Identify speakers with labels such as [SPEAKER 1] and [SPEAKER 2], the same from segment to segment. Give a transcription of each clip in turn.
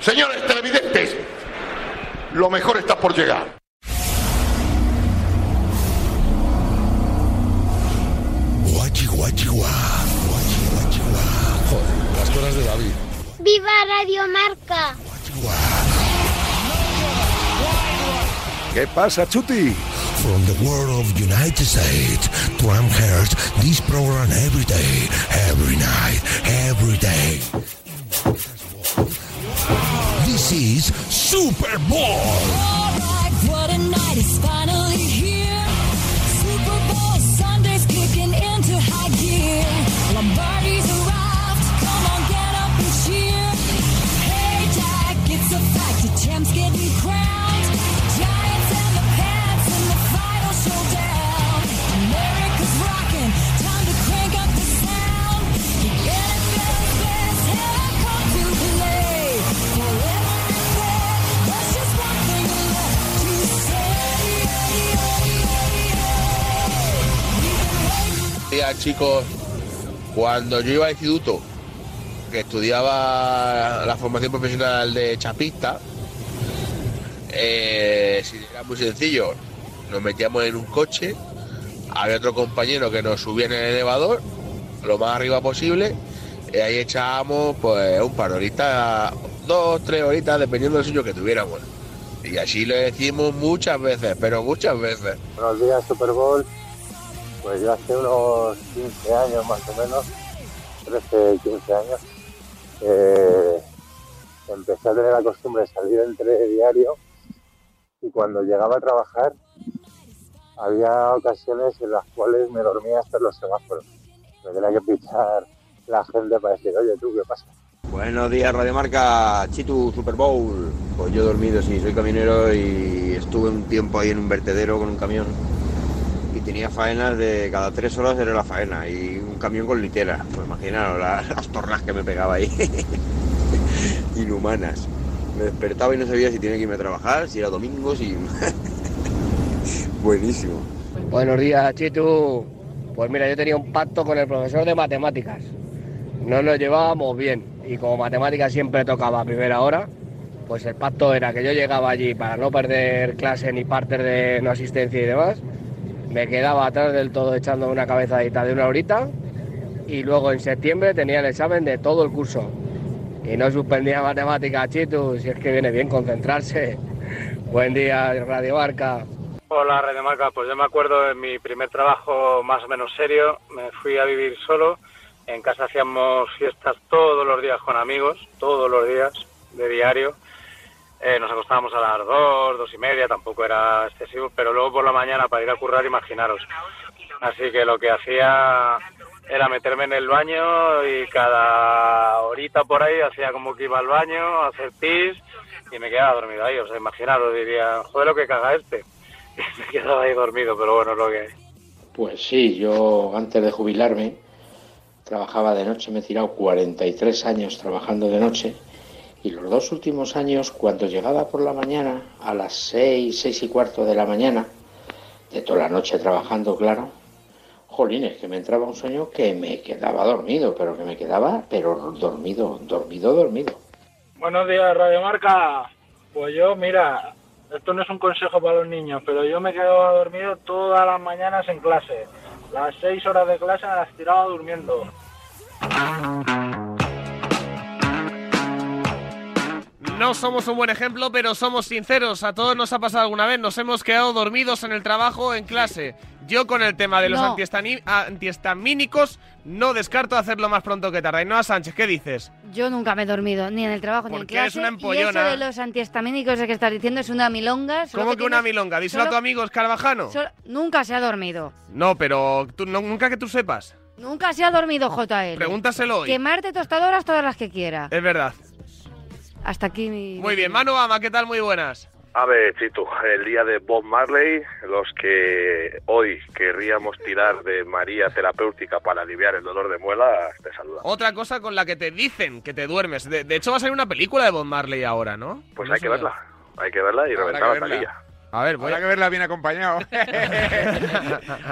[SPEAKER 1] Señores televidentes, lo mejor está por llegar.
[SPEAKER 2] Guachi, guachi, guá. Guachi, guachi, guá. Joder, las cosas de David.
[SPEAKER 3] ¡Viva Radio Marca!
[SPEAKER 2] Guachi, guá.
[SPEAKER 4] ¿Qué pasa, Chuti?
[SPEAKER 2] From the world of United States, Trump hears this program every day, every night, every day. This is Super Bowl.
[SPEAKER 5] Alright, what a night is finally here. Super Bowl Sunday's kicking into high gear. Lombardi's arrived. Come on, get up and cheer. Hey, Jack, it's a fact. The champ's getting crowned. Giants and the Pats in the final showdown. America's rocking. Time to crank up the sound. You get it, better, best. Here come to play. Forever and there. That's just one thing left to say.
[SPEAKER 6] día, chicos, cuando yo iba al instituto, que estudiaba la formación profesional de chapista, eh, si era muy sencillo. Nos metíamos en un coche, había otro compañero que nos subía en el elevador, lo más arriba posible, y ahí echábamos pues un par de horitas, dos, tres horitas, dependiendo del sueño que tuviéramos. Y así lo decimos muchas veces, pero muchas veces.
[SPEAKER 7] Buenos días, Super Bowl. Pues yo hace unos 15 años más o menos, 13, 15 años, eh, empecé a tener la costumbre de salir entre diario y cuando llegaba a trabajar había ocasiones en las cuales me dormía hasta los semáforos. Me tenía que pichar la gente para decir, oye, ¿tú qué pasa?
[SPEAKER 8] Buenos días, Radio Marca, Chitu Super Bowl. Pues yo he dormido, sí, soy camionero y estuve un tiempo ahí en un vertedero con un camión y tenía faenas de cada tres horas era la faena y un camión con litera. Pues imaginaros la- las tornas que me pegaba ahí, inhumanas. Me despertaba y no sabía si tenía que irme a trabajar, si era domingo, si. Buenísimo.
[SPEAKER 9] Buenos días, Chitu. Pues mira, yo tenía un pacto con el profesor de matemáticas. No nos llevábamos bien y como matemáticas siempre tocaba a primera hora, pues el pacto era que yo llegaba allí para no perder clase ni parte de no asistencia y demás. Me quedaba atrás del todo echando una cabezadita de una horita y luego en septiembre tenía el examen de todo el curso. Y no suspendía matemáticas, Chitu, si es que viene bien concentrarse. Buen día, Radio Barca.
[SPEAKER 10] Hola, Red de Marca. Pues yo me acuerdo de mi primer trabajo más o menos serio. Me fui a vivir solo. En casa hacíamos fiestas todos los días con amigos, todos los días, de diario. Eh, nos acostábamos a las dos, dos y media, tampoco era excesivo, pero luego por la mañana para ir a currar, imaginaros. Así que lo que hacía era meterme en el baño y cada horita por ahí hacía como que iba al baño, a hacer pis y me quedaba dormido ahí. O sea, imaginaros, diría, joder, lo que caga este me quedaba ahí dormido, pero bueno, es lo que hay.
[SPEAKER 11] Pues sí, yo antes de jubilarme trabajaba de noche, me he tirado 43 años trabajando de noche y los dos últimos años cuando llegaba por la mañana a las 6, 6 y cuarto de la mañana, de toda la noche trabajando, claro, jolines, que me entraba un sueño que me quedaba dormido, pero que me quedaba, pero dormido, dormido, dormido.
[SPEAKER 12] Buenos días, Radio Marca. Pues yo, mira, esto no es un consejo para los niños, pero yo me quedaba dormido todas las mañanas en clase. Las seis horas de clase me las tiraba durmiendo.
[SPEAKER 13] No somos un buen ejemplo, pero somos sinceros. A todos nos ha pasado alguna vez. Nos hemos quedado dormidos en el trabajo o en clase. Yo con el tema de los
[SPEAKER 14] No.
[SPEAKER 13] antiestani- antihistamínicos no descarto hacerlo más pronto que tarde. No, Sánchez, ¿qué dices?
[SPEAKER 14] Yo nunca me he dormido, ni en el trabajo, ni en
[SPEAKER 13] Porque eres
[SPEAKER 14] clase.
[SPEAKER 13] una
[SPEAKER 14] Y eso
[SPEAKER 13] empollona.
[SPEAKER 14] de los antihistamínicos que estás diciendo es una milonga. solo
[SPEAKER 13] ¿Cómo que, una
[SPEAKER 14] tienes-
[SPEAKER 13] milonga? Díselo a
[SPEAKER 14] solo-
[SPEAKER 13] tu amigo Escarvajano.
[SPEAKER 14] solo- nunca se ha dormido.
[SPEAKER 13] No, pero tú- no- nunca que tú sepas.
[SPEAKER 14] Nunca se ha dormido, JL.
[SPEAKER 13] Oh, Pregúntaselo hoy.
[SPEAKER 14] Quemarte tostadoras todas las que quiera.
[SPEAKER 13] Es verdad.
[SPEAKER 14] Hasta aquí mi...
[SPEAKER 13] Muy bien, Manu Ama, ¿qué tal? Muy buenas.
[SPEAKER 15] A ver, Chitu, el día de Bob Marley, los que hoy querríamos tirar de María terapéutica para aliviar el dolor de muela, te saludamos.
[SPEAKER 13] Otra cosa con la que te dicen que te duermes. De, de hecho, va a salir una película de Bob Marley ahora, ¿no?
[SPEAKER 15] Pues
[SPEAKER 13] No
[SPEAKER 15] hay que
[SPEAKER 13] sabía.
[SPEAKER 15] verla, hay que verla y
[SPEAKER 13] Habrá
[SPEAKER 15] reventar
[SPEAKER 13] que
[SPEAKER 15] la
[SPEAKER 13] verla.
[SPEAKER 15] taquilla.
[SPEAKER 13] A ver, voy
[SPEAKER 16] Habrá que verla bien acompañado.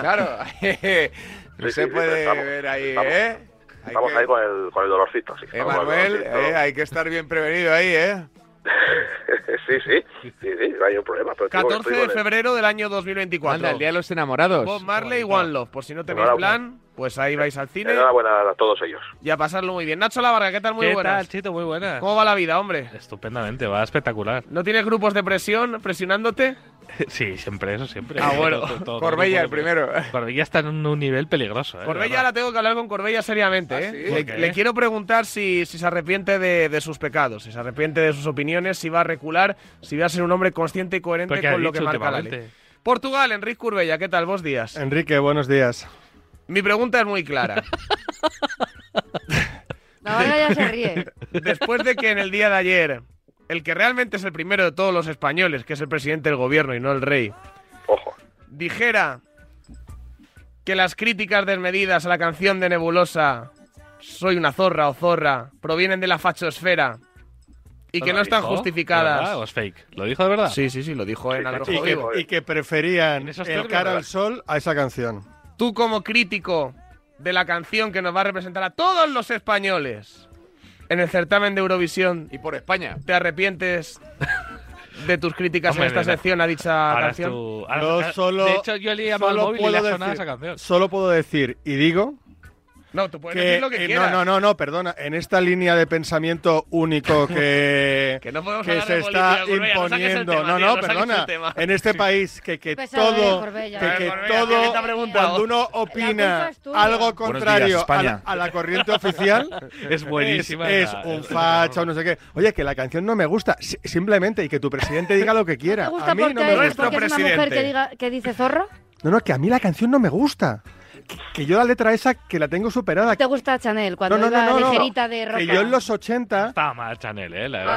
[SPEAKER 16] claro. no
[SPEAKER 15] Sí,
[SPEAKER 16] se
[SPEAKER 15] sí, sí,
[SPEAKER 16] puede
[SPEAKER 15] estamos,
[SPEAKER 16] ver ahí,
[SPEAKER 15] estamos.
[SPEAKER 16] ¿eh?
[SPEAKER 15] Estamos ahí con el, con el dolorcito, sí.
[SPEAKER 16] Eh,
[SPEAKER 15] estamos con el
[SPEAKER 16] Manuel,
[SPEAKER 15] dolorcito.
[SPEAKER 16] eh, hay que estar bien prevenido ahí, ¿eh?
[SPEAKER 15] sí, sí, sí, sí, no hay un problema. Pero tengo-
[SPEAKER 6] 14
[SPEAKER 15] estoy
[SPEAKER 6] de
[SPEAKER 15] con él.
[SPEAKER 6] febrero del año 2024.
[SPEAKER 16] Anda, el Día de los Enamorados.
[SPEAKER 6] Bob Marley, One Love. Por si no tenéis
[SPEAKER 15] Enhorabuena.
[SPEAKER 6] plan, pues ahí vais al cine
[SPEAKER 15] Enhorabuena a todos ellos.
[SPEAKER 6] y a pasarlo muy bien. Nacho Lavarga, ¿qué tal? Muy
[SPEAKER 10] ¿Qué
[SPEAKER 6] buenas.
[SPEAKER 10] tal, Chito? Muy buenas.
[SPEAKER 6] ¿Cómo va la vida, hombre?
[SPEAKER 10] Estupendamente, va espectacular.
[SPEAKER 6] ¿No tienes grupos de presión presionándote?
[SPEAKER 10] Sí, siempre, eso siempre.
[SPEAKER 6] Ah, bueno. Corbella, el
[SPEAKER 10] primero. Corbella está en un nivel peligroso. ¿eh?
[SPEAKER 6] Corbella, ahora tengo que hablar con Corbella seriamente. ¿eh?
[SPEAKER 10] ¿Por
[SPEAKER 6] Le,
[SPEAKER 10] qué?
[SPEAKER 6] le quiero preguntar si, si se arrepiente de, de sus pecados, si se arrepiente de sus opiniones, si va a recular, si va a ser un hombre consciente y coherente
[SPEAKER 10] Porque ha
[SPEAKER 6] con lo que
[SPEAKER 10] dicho
[SPEAKER 6] marca la ley.
[SPEAKER 10] últimamente.
[SPEAKER 6] Portugal, Enrique Curbella, ¿qué tal? Vos días.
[SPEAKER 13] Enrique, buenos días.
[SPEAKER 6] Mi pregunta es muy clara.
[SPEAKER 14] La verdad ya se ríe.
[SPEAKER 6] Después de que en el día de ayer, el que realmente es el primero de todos los españoles, que es el presidente del gobierno y no el rey, dijera que las críticas desmedidas a la canción de Nebulosa, Soy una zorra o zorra, provienen de la fachosfera y que
[SPEAKER 10] ¿Lo
[SPEAKER 6] no están
[SPEAKER 10] dijo? ¿De
[SPEAKER 6] justificadas.
[SPEAKER 10] verdad o es fake? ¿Lo dijo de verdad?
[SPEAKER 6] Sí, sí, sí, lo dijo en Al Rojo
[SPEAKER 13] Y que,
[SPEAKER 6] Vivo.
[SPEAKER 13] y que preferían
[SPEAKER 6] esos
[SPEAKER 13] el
[SPEAKER 6] términos,
[SPEAKER 13] cara al
[SPEAKER 6] ¿verdad?
[SPEAKER 13] sol a esa canción.
[SPEAKER 6] Tú como crítico de la canción que nos va a representar a todos los españoles en el certamen de Eurovisión. Y por España. ¿Te arrepientes de tus críticas
[SPEAKER 10] Hombre,
[SPEAKER 6] en esta
[SPEAKER 10] nena.
[SPEAKER 6] sección a dicha
[SPEAKER 10] Ahora es
[SPEAKER 6] canción?
[SPEAKER 10] tu-
[SPEAKER 13] Yo solo,
[SPEAKER 10] de hecho, yo le he llamado al
[SPEAKER 13] solo
[SPEAKER 10] móvil y le ha
[SPEAKER 13] puedo
[SPEAKER 10] sonado
[SPEAKER 13] decir-
[SPEAKER 10] esa canción.
[SPEAKER 13] Solo puedo decir y digo
[SPEAKER 6] No, tú puedes
[SPEAKER 13] que,
[SPEAKER 6] decir lo que
[SPEAKER 13] eh,
[SPEAKER 6] quieras.
[SPEAKER 13] no, no, no, no, perdona. En esta línea de pensamiento único que,
[SPEAKER 6] Que no podemos
[SPEAKER 13] que
[SPEAKER 6] hablar
[SPEAKER 13] se
[SPEAKER 6] de
[SPEAKER 13] está
[SPEAKER 6] política, Corbella, no saques el
[SPEAKER 13] imponiendo.
[SPEAKER 6] tema,
[SPEAKER 13] no, no,
[SPEAKER 6] tío, no saques el
[SPEAKER 13] perdona.
[SPEAKER 6] tema.
[SPEAKER 13] En este país que, que
[SPEAKER 6] Pesado, eh,
[SPEAKER 13] todo,
[SPEAKER 6] Corbella.
[SPEAKER 13] que,
[SPEAKER 6] A ver,
[SPEAKER 13] que
[SPEAKER 6] Corbella, ¿a quién te ha
[SPEAKER 13] todo,
[SPEAKER 6] preguntado?
[SPEAKER 13] cuando uno
[SPEAKER 6] culpa
[SPEAKER 13] opina
[SPEAKER 6] es tuya.
[SPEAKER 13] algo
[SPEAKER 6] Buenos días,
[SPEAKER 13] contrario a,
[SPEAKER 6] España.
[SPEAKER 13] la, a la corriente oficial,
[SPEAKER 10] Es buenísima
[SPEAKER 13] Es,
[SPEAKER 10] la-
[SPEAKER 13] un facha o no sé qué. Oye, que la canción no me gusta, si- simplemente y que tu presidente diga lo que quiera.
[SPEAKER 14] ¿Te gusta
[SPEAKER 13] a mí
[SPEAKER 14] porque,
[SPEAKER 13] no me gusta.
[SPEAKER 14] es, porque es una mujer que, diga, que dice zorra?
[SPEAKER 13] No, no, que a mí la canción no me gusta. Que, que yo la letra esa que la tengo superada.
[SPEAKER 14] ¿Te gusta Chanel cuando
[SPEAKER 13] No, no,
[SPEAKER 14] iba
[SPEAKER 13] no, no, no.
[SPEAKER 14] ligerita de ropa?
[SPEAKER 13] que yo en los 80.
[SPEAKER 10] Estaba mal Chanel, ¿eh? La de
[SPEAKER 14] Ah.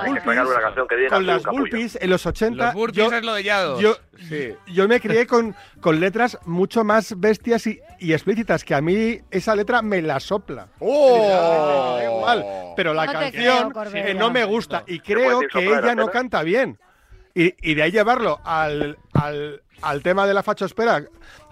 [SPEAKER 10] las
[SPEAKER 15] Hay que pegarle una canción que diga
[SPEAKER 13] Con
[SPEAKER 15] soy un
[SPEAKER 13] las
[SPEAKER 15] capullo.
[SPEAKER 13] burpees en los 80.
[SPEAKER 6] Los burpees es lo de Yados.
[SPEAKER 13] Yo, yo me crié con, con letras mucho más bestias y, y explícitas, que a mí esa letra me la sopla. ¡Oh! igual, pero la
[SPEAKER 14] No te
[SPEAKER 13] canción
[SPEAKER 14] creo, Corbella.
[SPEAKER 13] que no me gusta y
[SPEAKER 14] puedes
[SPEAKER 13] creo
[SPEAKER 14] ir
[SPEAKER 13] que
[SPEAKER 14] soplar,
[SPEAKER 13] ella no
[SPEAKER 14] Antena?
[SPEAKER 13] canta bien. Y, y de ahí llevarlo al, al, al tema de la fachospera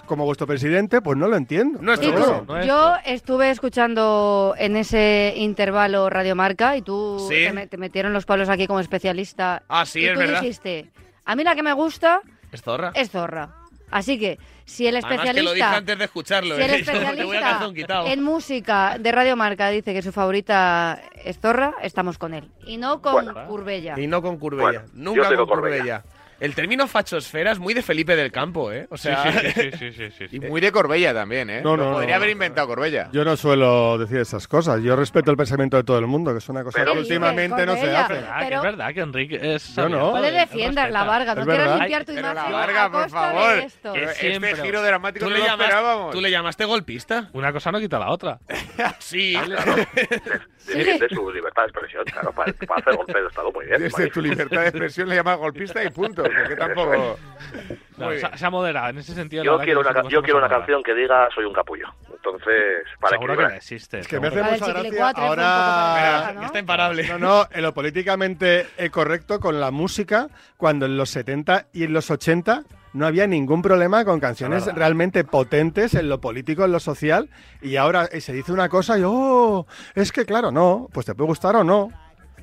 [SPEAKER 13] como vuestro presidente, pues no lo entiendo.
[SPEAKER 6] No es
[SPEAKER 13] Pero
[SPEAKER 6] tu-
[SPEAKER 13] bueno.
[SPEAKER 14] Yo estuve escuchando en ese intervalo Radiomarca y tú
[SPEAKER 6] Sí.
[SPEAKER 14] te, me- te metieron los palos aquí como especialista.
[SPEAKER 6] Ah, sí,
[SPEAKER 14] y
[SPEAKER 6] es
[SPEAKER 14] tú
[SPEAKER 6] verdad.
[SPEAKER 14] dijiste, a mí la que me gusta
[SPEAKER 6] Es zorra.
[SPEAKER 14] es zorra. Así que, si el
[SPEAKER 6] Además que lo dije
[SPEAKER 14] especialista
[SPEAKER 6] antes de escucharlo.
[SPEAKER 14] Si el
[SPEAKER 6] ¿eh? Te voy a
[SPEAKER 14] especialista
[SPEAKER 6] calzón quitado.
[SPEAKER 14] en música de Radio Marca dice que su favorita es Zorra, estamos con él. Y no con
[SPEAKER 6] Bueno.
[SPEAKER 14] Curbella.
[SPEAKER 6] Y no con Curbella.
[SPEAKER 15] Bueno, yo
[SPEAKER 6] Nunca
[SPEAKER 15] soy
[SPEAKER 6] con
[SPEAKER 15] con Corbella.
[SPEAKER 6] Curbella. El término fachosfera es muy de Felipe del Campo, ¿eh? O sea,
[SPEAKER 16] Y muy de Corbella también, ¿eh?
[SPEAKER 13] No, no,
[SPEAKER 16] Lo podría
[SPEAKER 13] no.
[SPEAKER 16] haber inventado Corbella.
[SPEAKER 13] Yo no suelo decir esas cosas. Yo respeto el pensamiento de todo el mundo, que es una cosa
[SPEAKER 16] Pero-
[SPEAKER 13] que últimamente no se
[SPEAKER 14] Corbella,
[SPEAKER 13] hace.
[SPEAKER 10] Ah, que es verdad que Enrique es.
[SPEAKER 13] Yo no.
[SPEAKER 14] No le defiendas la Varga, no
[SPEAKER 13] Es
[SPEAKER 14] quieras
[SPEAKER 13] verdad.
[SPEAKER 14] limpiar tu
[SPEAKER 13] Pero
[SPEAKER 14] imagen.
[SPEAKER 13] la
[SPEAKER 14] a
[SPEAKER 13] Varga, por
[SPEAKER 14] costa de
[SPEAKER 13] favor,
[SPEAKER 14] esto.
[SPEAKER 13] que-
[SPEAKER 16] Este giro dramático
[SPEAKER 6] ¿Tú
[SPEAKER 16] no
[SPEAKER 6] le
[SPEAKER 16] lo
[SPEAKER 6] llamas-
[SPEAKER 16] esperábamos.
[SPEAKER 6] ¿Tú le llamaste golpista?
[SPEAKER 10] Una cosa no quita la otra.
[SPEAKER 6] sí.
[SPEAKER 15] Defiende su libertad de expresión, claro, para, para hacer golpe de Estado muy bien.
[SPEAKER 16] Desde tu libertad de expresión le llamas golpista y punto. Porque tampoco.
[SPEAKER 10] No, se, se ha moderado en ese sentido. la
[SPEAKER 15] Yo
[SPEAKER 10] verdad
[SPEAKER 15] quiero,
[SPEAKER 10] que
[SPEAKER 15] una,
[SPEAKER 10] nos
[SPEAKER 15] ca-
[SPEAKER 10] hemos
[SPEAKER 15] yo quiero una
[SPEAKER 10] acomodado.
[SPEAKER 15] canción que diga soy un capullo. Entonces, para
[SPEAKER 10] Seguro que
[SPEAKER 15] equilibrar.
[SPEAKER 10] no existe.
[SPEAKER 13] Es que me hace
[SPEAKER 10] Para el
[SPEAKER 13] mucha
[SPEAKER 10] chicle
[SPEAKER 13] gracia
[SPEAKER 10] cuatro,
[SPEAKER 13] ahora.
[SPEAKER 6] Espera, Está imparable.
[SPEAKER 13] No, no, en lo políticamente eh, correcto con la música, cuando en los 70 y en los 80 no había ningún problema con canciones
[SPEAKER 10] verdad.
[SPEAKER 13] realmente potentes en lo político, en lo social, y ahora eh, se dice una cosa y, oh, es que claro, no, pues te puede gustar o no,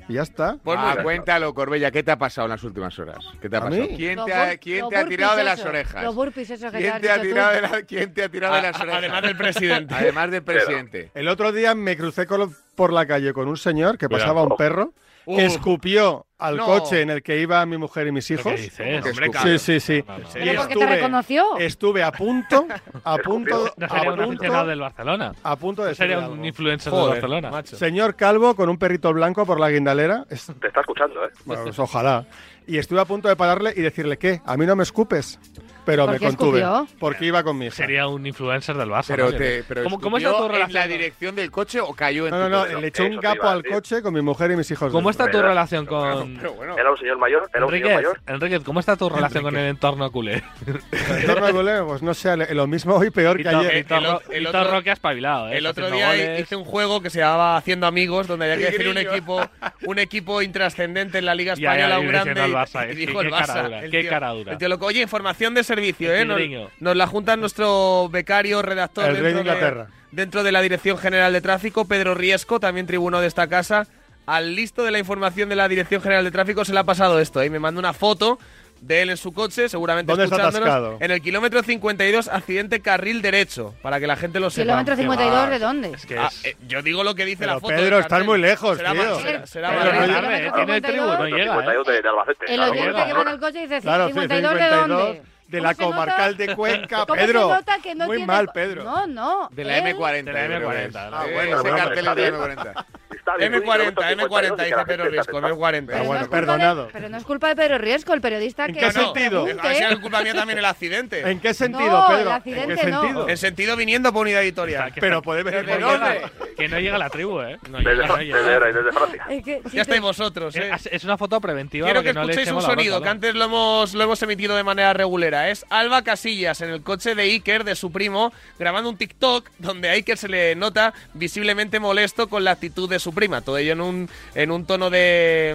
[SPEAKER 13] y ya está.
[SPEAKER 6] Pues
[SPEAKER 16] ah, cuéntalo, Corbella, ¿qué te ha pasado en las últimas horas? ¿Qué te ha
[SPEAKER 13] ¿A
[SPEAKER 16] pasado?
[SPEAKER 13] mí?
[SPEAKER 16] ¿Quién
[SPEAKER 14] Los
[SPEAKER 16] te ha,
[SPEAKER 14] bur-
[SPEAKER 16] quién
[SPEAKER 14] los
[SPEAKER 16] te ha
[SPEAKER 14] burpees
[SPEAKER 16] tirado de las
[SPEAKER 14] eso,
[SPEAKER 16] orejas?
[SPEAKER 14] los burpees eso que te
[SPEAKER 16] ¿Quién
[SPEAKER 14] has
[SPEAKER 16] te ha
[SPEAKER 14] dicho tú.
[SPEAKER 16] tirado de la- ¿Quién te ha tirado de
[SPEAKER 6] A-
[SPEAKER 16] las
[SPEAKER 6] a-
[SPEAKER 16] orejas?
[SPEAKER 6] además del presidente.
[SPEAKER 16] Además del presidente.
[SPEAKER 13] El otro día me crucé con- por la calle con un señor que
[SPEAKER 16] Cuidado.
[SPEAKER 13] pasaba un perro
[SPEAKER 16] Uh.
[SPEAKER 13] que escupió al
[SPEAKER 16] No.
[SPEAKER 13] coche en el que iba mi mujer y mis hijos.
[SPEAKER 10] dices?
[SPEAKER 13] Que
[SPEAKER 10] Hombre,
[SPEAKER 13] escupió.
[SPEAKER 10] Carlos.
[SPEAKER 13] sí, sí, sí.
[SPEAKER 14] Pero porque te reconoció.
[SPEAKER 13] Estuve a punto, a punto,
[SPEAKER 10] No
[SPEAKER 13] a
[SPEAKER 10] sería un aficionado
[SPEAKER 13] punto,
[SPEAKER 10] del Barcelona.
[SPEAKER 13] a punto
[SPEAKER 10] No
[SPEAKER 13] de
[SPEAKER 10] sería
[SPEAKER 13] decirle algo.
[SPEAKER 10] un influencer
[SPEAKER 13] Joder,
[SPEAKER 10] del Barcelona.
[SPEAKER 13] Señor calvo con un perrito blanco por la guindalera. Es-
[SPEAKER 15] Te está escuchando, ¿eh?
[SPEAKER 13] bueno, pues ojalá. Y estuve a punto de pararle y decirle que a mí no me escupes, pero
[SPEAKER 10] ¿Por
[SPEAKER 13] me
[SPEAKER 10] qué
[SPEAKER 13] contuve
[SPEAKER 10] escupió?
[SPEAKER 13] porque iba con mi hija.
[SPEAKER 10] Sería un influencer del Barça.
[SPEAKER 13] Pero
[SPEAKER 10] ¿no?
[SPEAKER 13] te- pero
[SPEAKER 10] ¿Cómo, cómo está
[SPEAKER 16] ¿Escupió
[SPEAKER 10] tu
[SPEAKER 16] en la
[SPEAKER 10] relación?
[SPEAKER 16] dirección del coche o cayó en
[SPEAKER 13] No, no,
[SPEAKER 16] tu
[SPEAKER 13] no,
[SPEAKER 16] coche?
[SPEAKER 13] le echó un gapo al coche con mi mujer y mis hijos.
[SPEAKER 10] ¿Cómo está tu
[SPEAKER 13] dentro.
[SPEAKER 10] relación con
[SPEAKER 15] Era un señor mayor, era un señor
[SPEAKER 10] Enriquez?
[SPEAKER 15] mayor.
[SPEAKER 10] Enriquez, ¿cómo está tu relación con el entorno culé?
[SPEAKER 13] El torno al goleo, pues no sé, lo mismo hoy peor
[SPEAKER 10] Y
[SPEAKER 13] que
[SPEAKER 10] to-
[SPEAKER 13] ayer.
[SPEAKER 10] y torro- y torro que ha espabilado, ¿eh?
[SPEAKER 6] El
[SPEAKER 10] Está
[SPEAKER 6] otro día
[SPEAKER 10] haciendo goles.
[SPEAKER 6] hice un juego que se llamaba Haciendo Amigos, donde había que
[SPEAKER 10] Y
[SPEAKER 6] decir un
[SPEAKER 10] grillo.
[SPEAKER 6] equipo, un equipo intrascendente en la Liga
[SPEAKER 10] Ya, ya,
[SPEAKER 6] Española,
[SPEAKER 10] y
[SPEAKER 6] un
[SPEAKER 10] diciendo
[SPEAKER 6] grande.
[SPEAKER 10] al
[SPEAKER 6] y- y
[SPEAKER 10] Barça, es que
[SPEAKER 6] dijo el
[SPEAKER 10] qué cara dura,
[SPEAKER 6] Barça. el
[SPEAKER 10] qué
[SPEAKER 6] tío-
[SPEAKER 10] cara dura.
[SPEAKER 6] el tío loco, Oye, información de servicio,
[SPEAKER 10] El
[SPEAKER 6] ¿eh? Nos,
[SPEAKER 10] tigriño.
[SPEAKER 6] nos la junta nuestro becario, redactor.
[SPEAKER 13] El rey de
[SPEAKER 6] dentro
[SPEAKER 13] Inglaterra.
[SPEAKER 6] Dentro de la Dirección General de Tráfico, Pedro Riesco, también tribuno de esta casa. Al listo de la información de la Dirección General de Tráfico se le ha pasado esto. Y me manda una foto de él en su coche, seguramente
[SPEAKER 13] ¿Dónde está
[SPEAKER 6] escuchándonos.
[SPEAKER 13] atascado?
[SPEAKER 6] En el kilómetro 52, accidente carril derecho, para que la gente lo sepa.
[SPEAKER 14] ¿Kilómetro 52 de dónde?
[SPEAKER 6] Ah, eh, yo digo lo que dice
[SPEAKER 13] Pero
[SPEAKER 6] la foto.
[SPEAKER 13] Pedro,
[SPEAKER 6] del
[SPEAKER 13] estás
[SPEAKER 6] cartel.
[SPEAKER 13] muy lejos,
[SPEAKER 6] Será
[SPEAKER 13] tío.
[SPEAKER 6] más- será- será
[SPEAKER 13] Pedro,
[SPEAKER 6] más
[SPEAKER 13] no
[SPEAKER 6] tarde.
[SPEAKER 13] llega.
[SPEAKER 14] tiene tribu, no llega, ¿eh?
[SPEAKER 15] 52 de Albacete.
[SPEAKER 14] El
[SPEAKER 15] claro,
[SPEAKER 14] oyente
[SPEAKER 15] claro.
[SPEAKER 14] que va en el coche dice,
[SPEAKER 15] Claro, sí,
[SPEAKER 14] 52 de
[SPEAKER 15] 52
[SPEAKER 14] dónde?
[SPEAKER 13] de la
[SPEAKER 14] ¿Cómo se
[SPEAKER 13] comarcal
[SPEAKER 14] nota?
[SPEAKER 13] de Cuenca,
[SPEAKER 14] ¿Cómo
[SPEAKER 13] Pedro.
[SPEAKER 14] se nota que no
[SPEAKER 13] Muy
[SPEAKER 14] tiene
[SPEAKER 13] mal,
[SPEAKER 14] co-
[SPEAKER 13] Pedro.
[SPEAKER 14] No, no.
[SPEAKER 6] De la
[SPEAKER 14] él-
[SPEAKER 6] M40.
[SPEAKER 10] De la
[SPEAKER 6] yo creo que es.
[SPEAKER 10] M40,
[SPEAKER 6] Ah,
[SPEAKER 10] la
[SPEAKER 6] bueno,
[SPEAKER 10] M40.
[SPEAKER 6] ese cartel es de
[SPEAKER 10] Está bien.
[SPEAKER 6] M40.
[SPEAKER 15] Está bien, tú
[SPEAKER 6] M40,
[SPEAKER 15] dices
[SPEAKER 6] M40,
[SPEAKER 15] que la
[SPEAKER 6] dice Pedro
[SPEAKER 15] gente
[SPEAKER 6] Riesco,
[SPEAKER 15] está-
[SPEAKER 6] M40.
[SPEAKER 13] Pero Ah, bueno,
[SPEAKER 14] Culpa de-
[SPEAKER 13] perdonado.
[SPEAKER 14] Pero no es culpa de Pedro Riesco, el periodista que...
[SPEAKER 13] qué
[SPEAKER 14] no
[SPEAKER 13] sentido?
[SPEAKER 14] pregunte.
[SPEAKER 6] eh, Ha sido culpa mía también el accidente.
[SPEAKER 13] ¿En qué sentido,
[SPEAKER 14] No, el
[SPEAKER 13] Pedro? ¿En qué
[SPEAKER 14] accidente no.
[SPEAKER 13] sentido?
[SPEAKER 6] En sentido viniendo por unidad editorial.
[SPEAKER 13] Pero puede venir
[SPEAKER 6] ¿Desde
[SPEAKER 13] por
[SPEAKER 6] dónde?
[SPEAKER 10] Que no llega la tribu, ¿eh? No
[SPEAKER 15] Desde,
[SPEAKER 10] llega, no llega.
[SPEAKER 15] desde Ebra y desde Francia.
[SPEAKER 14] Es que, si
[SPEAKER 6] Ya
[SPEAKER 14] te-
[SPEAKER 6] estáis vosotros, eh.
[SPEAKER 10] Es, es una foto preventiva.
[SPEAKER 6] Quiero que
[SPEAKER 10] porque no le
[SPEAKER 6] escuchéis un
[SPEAKER 10] echemos la
[SPEAKER 6] sonido,
[SPEAKER 10] bronca,
[SPEAKER 6] que
[SPEAKER 10] ¿no?
[SPEAKER 6] antes lo hemos, lo hemos emitido de manera regulera. Es Alba Casillas en el coche de Iker, de su primo, grabando un TikTok donde a Iker se le nota visiblemente molesto con la actitud de su prima. Todo ello en un, en un tono de...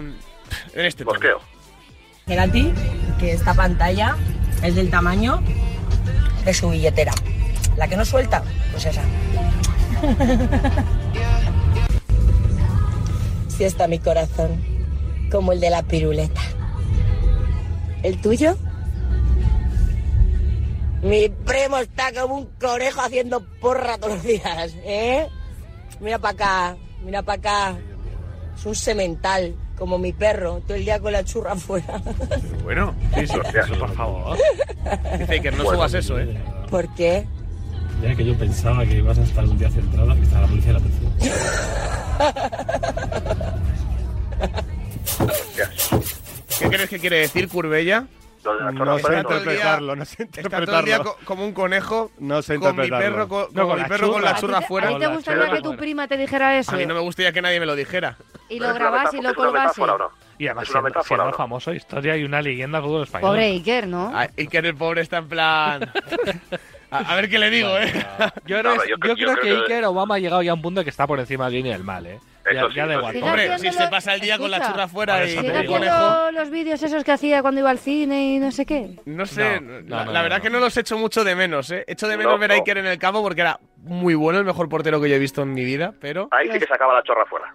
[SPEAKER 6] En este tono.
[SPEAKER 17] Negati, que esta pantalla es del tamaño de su billetera. La que no suelta, pues esa. Sí está mi corazón, como el de la piruleta. ¿El tuyo? Mi primo está como un conejo haciendo porra todos los días, ¿eh? Mira para acá, mira para acá. Es un semental, como mi perro, todo el día con la churra afuera.
[SPEAKER 6] Bueno,
[SPEAKER 10] eso, por favor.
[SPEAKER 6] Dice Iker, no
[SPEAKER 10] Bueno.
[SPEAKER 6] subas eso, eh.
[SPEAKER 17] ¿Por qué?
[SPEAKER 18] Ya que yo pensaba que ibas a estar un día centrada, que está la policía de la tercera.
[SPEAKER 6] ¿Qué crees que quiere decir Curbella?
[SPEAKER 13] No sé interpretarlo, no sé
[SPEAKER 6] Está todo el día
[SPEAKER 13] interpretarlo.
[SPEAKER 6] co- como un conejo.
[SPEAKER 13] No sé
[SPEAKER 6] con mi
[SPEAKER 13] interpretarlo.
[SPEAKER 6] perro, co-
[SPEAKER 13] No,
[SPEAKER 6] con,
[SPEAKER 13] con
[SPEAKER 6] mi
[SPEAKER 13] la
[SPEAKER 6] perro con
[SPEAKER 13] churra.
[SPEAKER 6] la churra
[SPEAKER 13] ¿A ti te-
[SPEAKER 6] afuera.
[SPEAKER 14] ¿A ti te gustaría que tu prima te dijera eso?
[SPEAKER 6] A mí no me gustaría que nadie me lo dijera.
[SPEAKER 14] Y lo grabas y lo colgase.
[SPEAKER 10] Y además, siendo, siendo famoso, historia y una leyenda del fútbol español.
[SPEAKER 14] Pobre Iker, ¿no?
[SPEAKER 6] Ah, Y que el pobre está en plan. A, a ver qué le digo, ¿eh?
[SPEAKER 10] Yo, creo- yo creo que Iker Obama ha llegado ya a un punto que está por encima de la línea del mal, ¿eh? Ya, ya da igual.
[SPEAKER 6] Hombre, si se pasa el día con la
[SPEAKER 14] Escucha,
[SPEAKER 6] churra afuera y
[SPEAKER 14] ¿Sigue
[SPEAKER 6] con un conejo.
[SPEAKER 14] haciendo los vídeos esos que hacía cuando iba al cine y no sé qué?
[SPEAKER 6] No sé,
[SPEAKER 10] No, no,
[SPEAKER 6] la,
[SPEAKER 10] no,
[SPEAKER 6] la
[SPEAKER 10] no,
[SPEAKER 6] verdad
[SPEAKER 10] no.
[SPEAKER 6] que no los echo mucho de menos, ¿eh? Echo de menos ver a Iker en el campo porque era muy bueno, el mejor portero que yo he visto en mi vida, pero.
[SPEAKER 15] Ahí sí que sacaba la chorra fuera.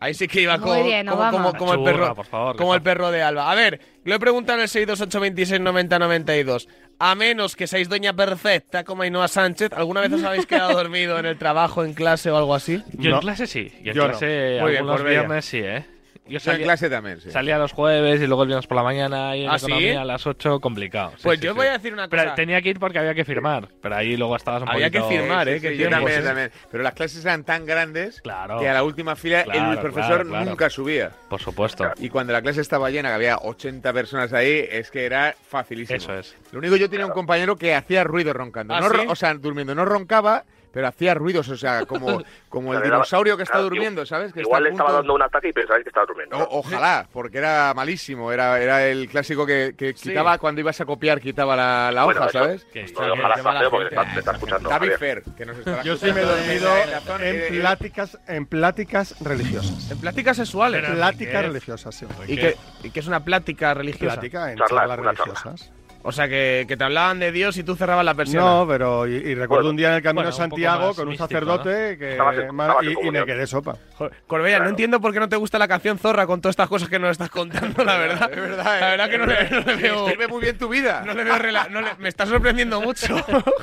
[SPEAKER 6] Ahí sí que iba
[SPEAKER 14] Muy
[SPEAKER 6] como,
[SPEAKER 14] bien,
[SPEAKER 6] como,
[SPEAKER 14] Obama.
[SPEAKER 6] como- como el
[SPEAKER 10] Churra,
[SPEAKER 6] perro,
[SPEAKER 10] por favor, que
[SPEAKER 6] como el perro de Alba. A ver, lo he preguntado en el 628269092. A menos que seáis doña perfecta como Ainhoa Sánchez, ¿alguna vez os habéis quedado dormido en el trabajo, en clase o algo así?
[SPEAKER 10] Yo en clase sí. Yo en
[SPEAKER 6] Yo no.
[SPEAKER 10] clase
[SPEAKER 6] Muy bien, pues
[SPEAKER 10] algunos
[SPEAKER 6] Corbella.
[SPEAKER 10] viernes sí, ¿eh?
[SPEAKER 16] Yo en clase también, sí.
[SPEAKER 10] Salía los jueves y luego el viernes por la mañana y en
[SPEAKER 6] ¿Ah, sí?
[SPEAKER 10] economía a las 8, complicado. Sí,
[SPEAKER 6] Pues
[SPEAKER 10] sí,
[SPEAKER 6] yo
[SPEAKER 10] sí.
[SPEAKER 6] voy a decir una
[SPEAKER 10] Pero
[SPEAKER 6] cosa.
[SPEAKER 10] tenía que ir porque había que firmar. Pero ahí luego estabas un
[SPEAKER 6] Había que
[SPEAKER 10] poquito-
[SPEAKER 6] firmar,
[SPEAKER 16] Sí,
[SPEAKER 6] ¿eh?
[SPEAKER 16] sí,
[SPEAKER 6] Qué
[SPEAKER 16] yo
[SPEAKER 6] tiempos,
[SPEAKER 16] también,
[SPEAKER 6] ¿eh?
[SPEAKER 16] también. Pero las clases eran tan grandes
[SPEAKER 10] Claro.
[SPEAKER 16] que a la última fila el
[SPEAKER 10] Claro,
[SPEAKER 16] profesor
[SPEAKER 10] claro, claro.
[SPEAKER 16] nunca subía.
[SPEAKER 10] Por supuesto.
[SPEAKER 16] Y cuando la clase estaba llena, que había 80 personas ahí, es que era facilísimo.
[SPEAKER 10] Eso es.
[SPEAKER 16] Lo único, yo tenía un compañero que hacía ruido roncando.
[SPEAKER 6] ¿Ah,
[SPEAKER 16] No ro-
[SPEAKER 6] sí?
[SPEAKER 16] O sea, durmiendo, no roncaba, pero hacía ruidos, o sea, como, como el
[SPEAKER 15] Le daba-
[SPEAKER 16] dinosaurio que está
[SPEAKER 15] claro,
[SPEAKER 16] durmiendo,
[SPEAKER 15] igual-
[SPEAKER 16] ¿sabes? Que
[SPEAKER 15] Igual le
[SPEAKER 16] está a
[SPEAKER 15] estaba
[SPEAKER 16] punto-
[SPEAKER 15] dando un ataque y pensabais que estaba durmiendo. ¿no?
[SPEAKER 16] O- ojalá, porque era malísimo. Era, era el clásico que, que quitaba cuando ibas a copiar, quitaba la, la
[SPEAKER 15] Bueno,
[SPEAKER 16] hoja,
[SPEAKER 15] eso-
[SPEAKER 16] ¿sabes?
[SPEAKER 15] Que- Hostia, ojalá qué sea mala feo porque gente. está- te está escuchando,
[SPEAKER 16] David
[SPEAKER 15] Javier.
[SPEAKER 16] Fer, que nos estará
[SPEAKER 13] Yo sí me he
[SPEAKER 16] escuchando
[SPEAKER 13] dormido
[SPEAKER 16] en la zona. Eh,
[SPEAKER 13] en
[SPEAKER 16] eh,
[SPEAKER 13] pláticas, en pláticas religiosas.
[SPEAKER 6] En pláticas sexuales.
[SPEAKER 13] Pláticas religiosas, sí.
[SPEAKER 6] ¿Y qué, y qué es una plática religiosa?
[SPEAKER 13] Plática en Charla, charlas una charla. religiosas.
[SPEAKER 6] O sea, que, que te hablaban de Dios y tú cerrabas la persiana.
[SPEAKER 13] No, pero y, y recuerdo
[SPEAKER 6] Bueno.
[SPEAKER 13] un día en el camino a
[SPEAKER 6] Bueno, un poco
[SPEAKER 13] Santiago
[SPEAKER 6] más
[SPEAKER 13] con un
[SPEAKER 6] místico,
[SPEAKER 13] sacerdote
[SPEAKER 6] ¿no?
[SPEAKER 13] que
[SPEAKER 6] Estabas en-
[SPEAKER 13] ma-
[SPEAKER 6] estabas en
[SPEAKER 13] y, y me
[SPEAKER 6] comunión.
[SPEAKER 13] quedé sopa.
[SPEAKER 6] Corbella, no entiendo por qué no te gusta la canción Zorra con todas estas cosas que nos estás contando, la verdad.
[SPEAKER 16] Es verdad,
[SPEAKER 6] La
[SPEAKER 16] eh.
[SPEAKER 6] verdad que no le, no le veo.
[SPEAKER 16] Sirve muy bien tu vida.
[SPEAKER 6] No le veo rela- no le- me está sorprendiendo mucho.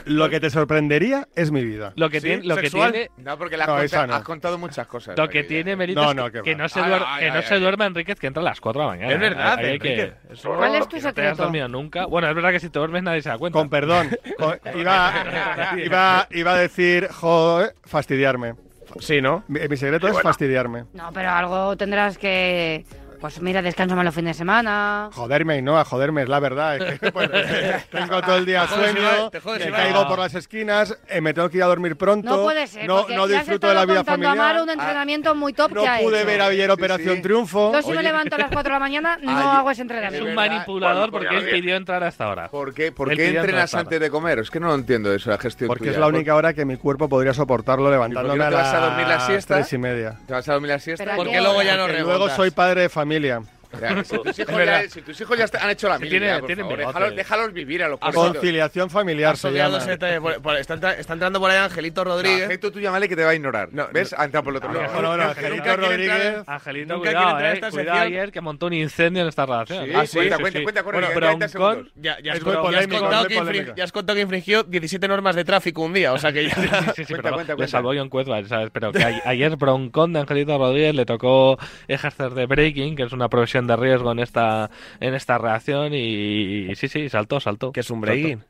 [SPEAKER 13] Lo que te sorprendería es mi vida.
[SPEAKER 10] Lo que
[SPEAKER 13] Sí,
[SPEAKER 10] tiene, lo que
[SPEAKER 13] sexual.
[SPEAKER 10] tiene,
[SPEAKER 16] No, porque la has,
[SPEAKER 13] No,
[SPEAKER 16] conta-
[SPEAKER 13] esa no.
[SPEAKER 16] has contado muchas cosas.
[SPEAKER 10] lo que tiene mérito
[SPEAKER 13] No,
[SPEAKER 10] es
[SPEAKER 13] no,
[SPEAKER 10] que,
[SPEAKER 13] qué
[SPEAKER 10] que
[SPEAKER 13] va.
[SPEAKER 10] no se,
[SPEAKER 6] Ah,
[SPEAKER 13] Ay,
[SPEAKER 10] duerma,
[SPEAKER 13] ay,
[SPEAKER 10] que no
[SPEAKER 13] ay,
[SPEAKER 10] se duerma Enríquez que entra a las 4 de la mañana.
[SPEAKER 6] Es verdad,
[SPEAKER 10] Ahí hay que-
[SPEAKER 6] Enrique. Eso-
[SPEAKER 14] ¿Cuál es tu
[SPEAKER 10] que no te has
[SPEAKER 14] secreto?
[SPEAKER 10] dormido nunca. Bueno, es verdad que si te duermes nadie se da cuenta.
[SPEAKER 13] Con perdón. Co- iba, iba, iba a decir, joder, fastidiarme.
[SPEAKER 6] Sí, ¿no?
[SPEAKER 13] Mi, mi secreto es fastidiarme.
[SPEAKER 14] No, pero algo tendrás que... Pues mira, descanso más los fines de semana.
[SPEAKER 13] Joderme y no a joderme, es la verdad. es que, pues, tengo todo el día
[SPEAKER 6] Te jodes,
[SPEAKER 13] sueño,
[SPEAKER 6] Ibai, te jodes,
[SPEAKER 13] me
[SPEAKER 6] Ibai.
[SPEAKER 13] caigo por las esquinas, eh, me tengo que ir a dormir pronto.
[SPEAKER 14] No puede ser,
[SPEAKER 13] no,
[SPEAKER 14] porque
[SPEAKER 13] no
[SPEAKER 14] ya
[SPEAKER 13] disfruto
[SPEAKER 14] has
[SPEAKER 13] de la
[SPEAKER 14] estado
[SPEAKER 13] vida
[SPEAKER 14] contando a Amaro
[SPEAKER 13] familiar. Ah,
[SPEAKER 14] un entrenamiento muy top
[SPEAKER 13] No
[SPEAKER 14] que ha
[SPEAKER 13] pude
[SPEAKER 14] hecho.
[SPEAKER 13] ver a Villar Operación Triunfo.
[SPEAKER 14] Yo si me
[SPEAKER 13] Oye,
[SPEAKER 14] levanto a las 4 de la mañana, no
[SPEAKER 13] Ay,
[SPEAKER 14] hago ese entrenamiento.
[SPEAKER 10] Es un manipulador porque él pidió entrar a esta hora.
[SPEAKER 16] ¿Por qué, por
[SPEAKER 10] Él
[SPEAKER 16] qué
[SPEAKER 10] pidió
[SPEAKER 16] entrenas
[SPEAKER 10] entrar
[SPEAKER 16] antes de comer? Es que no lo entiendo eso, la gestión
[SPEAKER 13] Porque
[SPEAKER 16] tuya.
[SPEAKER 13] es la
[SPEAKER 16] ¿Por-
[SPEAKER 13] única hora que mi cuerpo podría soportarlo levantándome
[SPEAKER 16] no
[SPEAKER 13] a
[SPEAKER 16] te vas
[SPEAKER 13] las
[SPEAKER 16] a dormir la siesta?
[SPEAKER 13] tres y media.
[SPEAKER 16] ¿Te vas a dormir la siesta?
[SPEAKER 6] Porque luego ya no
[SPEAKER 13] Porque
[SPEAKER 6] rebotas.
[SPEAKER 13] luego soy padre de familia.
[SPEAKER 16] Ya, si tus
[SPEAKER 6] Es
[SPEAKER 16] hijos
[SPEAKER 6] verdad.
[SPEAKER 16] ya, si tus hijos ya está- han hecho la
[SPEAKER 6] Que
[SPEAKER 16] mili,
[SPEAKER 6] tiene-
[SPEAKER 16] ya, por
[SPEAKER 6] tiene
[SPEAKER 16] favor,
[SPEAKER 6] bigote.
[SPEAKER 16] déjalos, déjalos vivir a los
[SPEAKER 6] Ah,
[SPEAKER 16] pobrecitos.
[SPEAKER 13] Conciliación familiar se
[SPEAKER 6] Asociado
[SPEAKER 13] llama.
[SPEAKER 6] se te- por- por- está, entra- está entrando por ahí Angelito Rodríguez. Ah,
[SPEAKER 16] Angelito, tú llámale que te va a ignorar. ¿Ves? Ha entrado por el otro lado.
[SPEAKER 6] Nunca quiere entrar en-
[SPEAKER 10] Angelito,
[SPEAKER 6] nunca quiere
[SPEAKER 10] cuidado,
[SPEAKER 6] entrar en
[SPEAKER 10] eh.
[SPEAKER 6] esta sección.
[SPEAKER 10] Cuidado ayer que montó un incendio en esta relación.
[SPEAKER 6] Sí,
[SPEAKER 10] ¿eh?
[SPEAKER 6] sí, cuenta, cuenta, cuenta, corre,
[SPEAKER 10] Bueno,
[SPEAKER 6] que
[SPEAKER 10] pero
[SPEAKER 6] hay
[SPEAKER 10] un
[SPEAKER 6] 30
[SPEAKER 10] con-
[SPEAKER 6] segundos. Ya, ya
[SPEAKER 10] Es
[SPEAKER 6] has
[SPEAKER 10] muy
[SPEAKER 6] contado- ya has
[SPEAKER 10] polémico,
[SPEAKER 6] contado
[SPEAKER 10] muy
[SPEAKER 6] que infring-
[SPEAKER 10] polémico.
[SPEAKER 6] ya has contado que infringió 17 normas de tráfico un día, o sea que ya.
[SPEAKER 10] Sí, pero le salvó John Cuezbal, ¿sabes? Pero que a- ayer Broncón de Angelito Rodríguez le tocó ejercer de breaking, que es una profesión de riesgo en esta en esta reacción y, y sí, sí, saltó, saltó. que
[SPEAKER 6] es un breaking?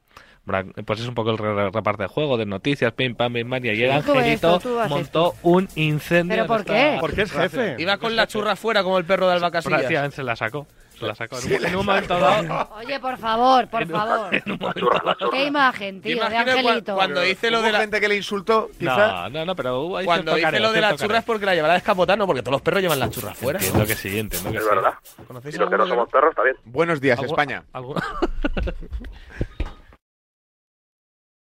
[SPEAKER 10] Pues es un poco el re- re- reparto de juego, de noticias, pim, pam, pim, pam, y ayer
[SPEAKER 6] Tú
[SPEAKER 10] Angelito
[SPEAKER 6] esto, tú haces
[SPEAKER 10] montó un incendio. en esta relación.
[SPEAKER 6] Iba con la churra fuera como el perro de Alba Casillas.
[SPEAKER 10] Prácticamente se la sacó. Se la sacó. En un-
[SPEAKER 6] Sí, la
[SPEAKER 10] en un momento dado,
[SPEAKER 14] Oye, por favor, por favor. Qué imagen,
[SPEAKER 6] Yo
[SPEAKER 14] tío, de
[SPEAKER 6] imagino cua-
[SPEAKER 14] Angelito.
[SPEAKER 6] cuando hice lo de la
[SPEAKER 16] gente que le insultó,
[SPEAKER 10] No, no, no, pero hubo ahí
[SPEAKER 6] Cuando
[SPEAKER 10] cierto
[SPEAKER 6] hice
[SPEAKER 10] careo,
[SPEAKER 6] lo de
[SPEAKER 10] cierto
[SPEAKER 6] las churras porque la llevará de escapotano, porque todos los perros llevan las churras fuera.
[SPEAKER 10] Entiendo que sí, entiendo que
[SPEAKER 15] Es verdad.
[SPEAKER 6] ¿Conocéis
[SPEAKER 15] Y los que no
[SPEAKER 6] alguno
[SPEAKER 15] somos perros, está bien.
[SPEAKER 16] Buenos días,
[SPEAKER 6] Algu-
[SPEAKER 16] España.
[SPEAKER 10] algu-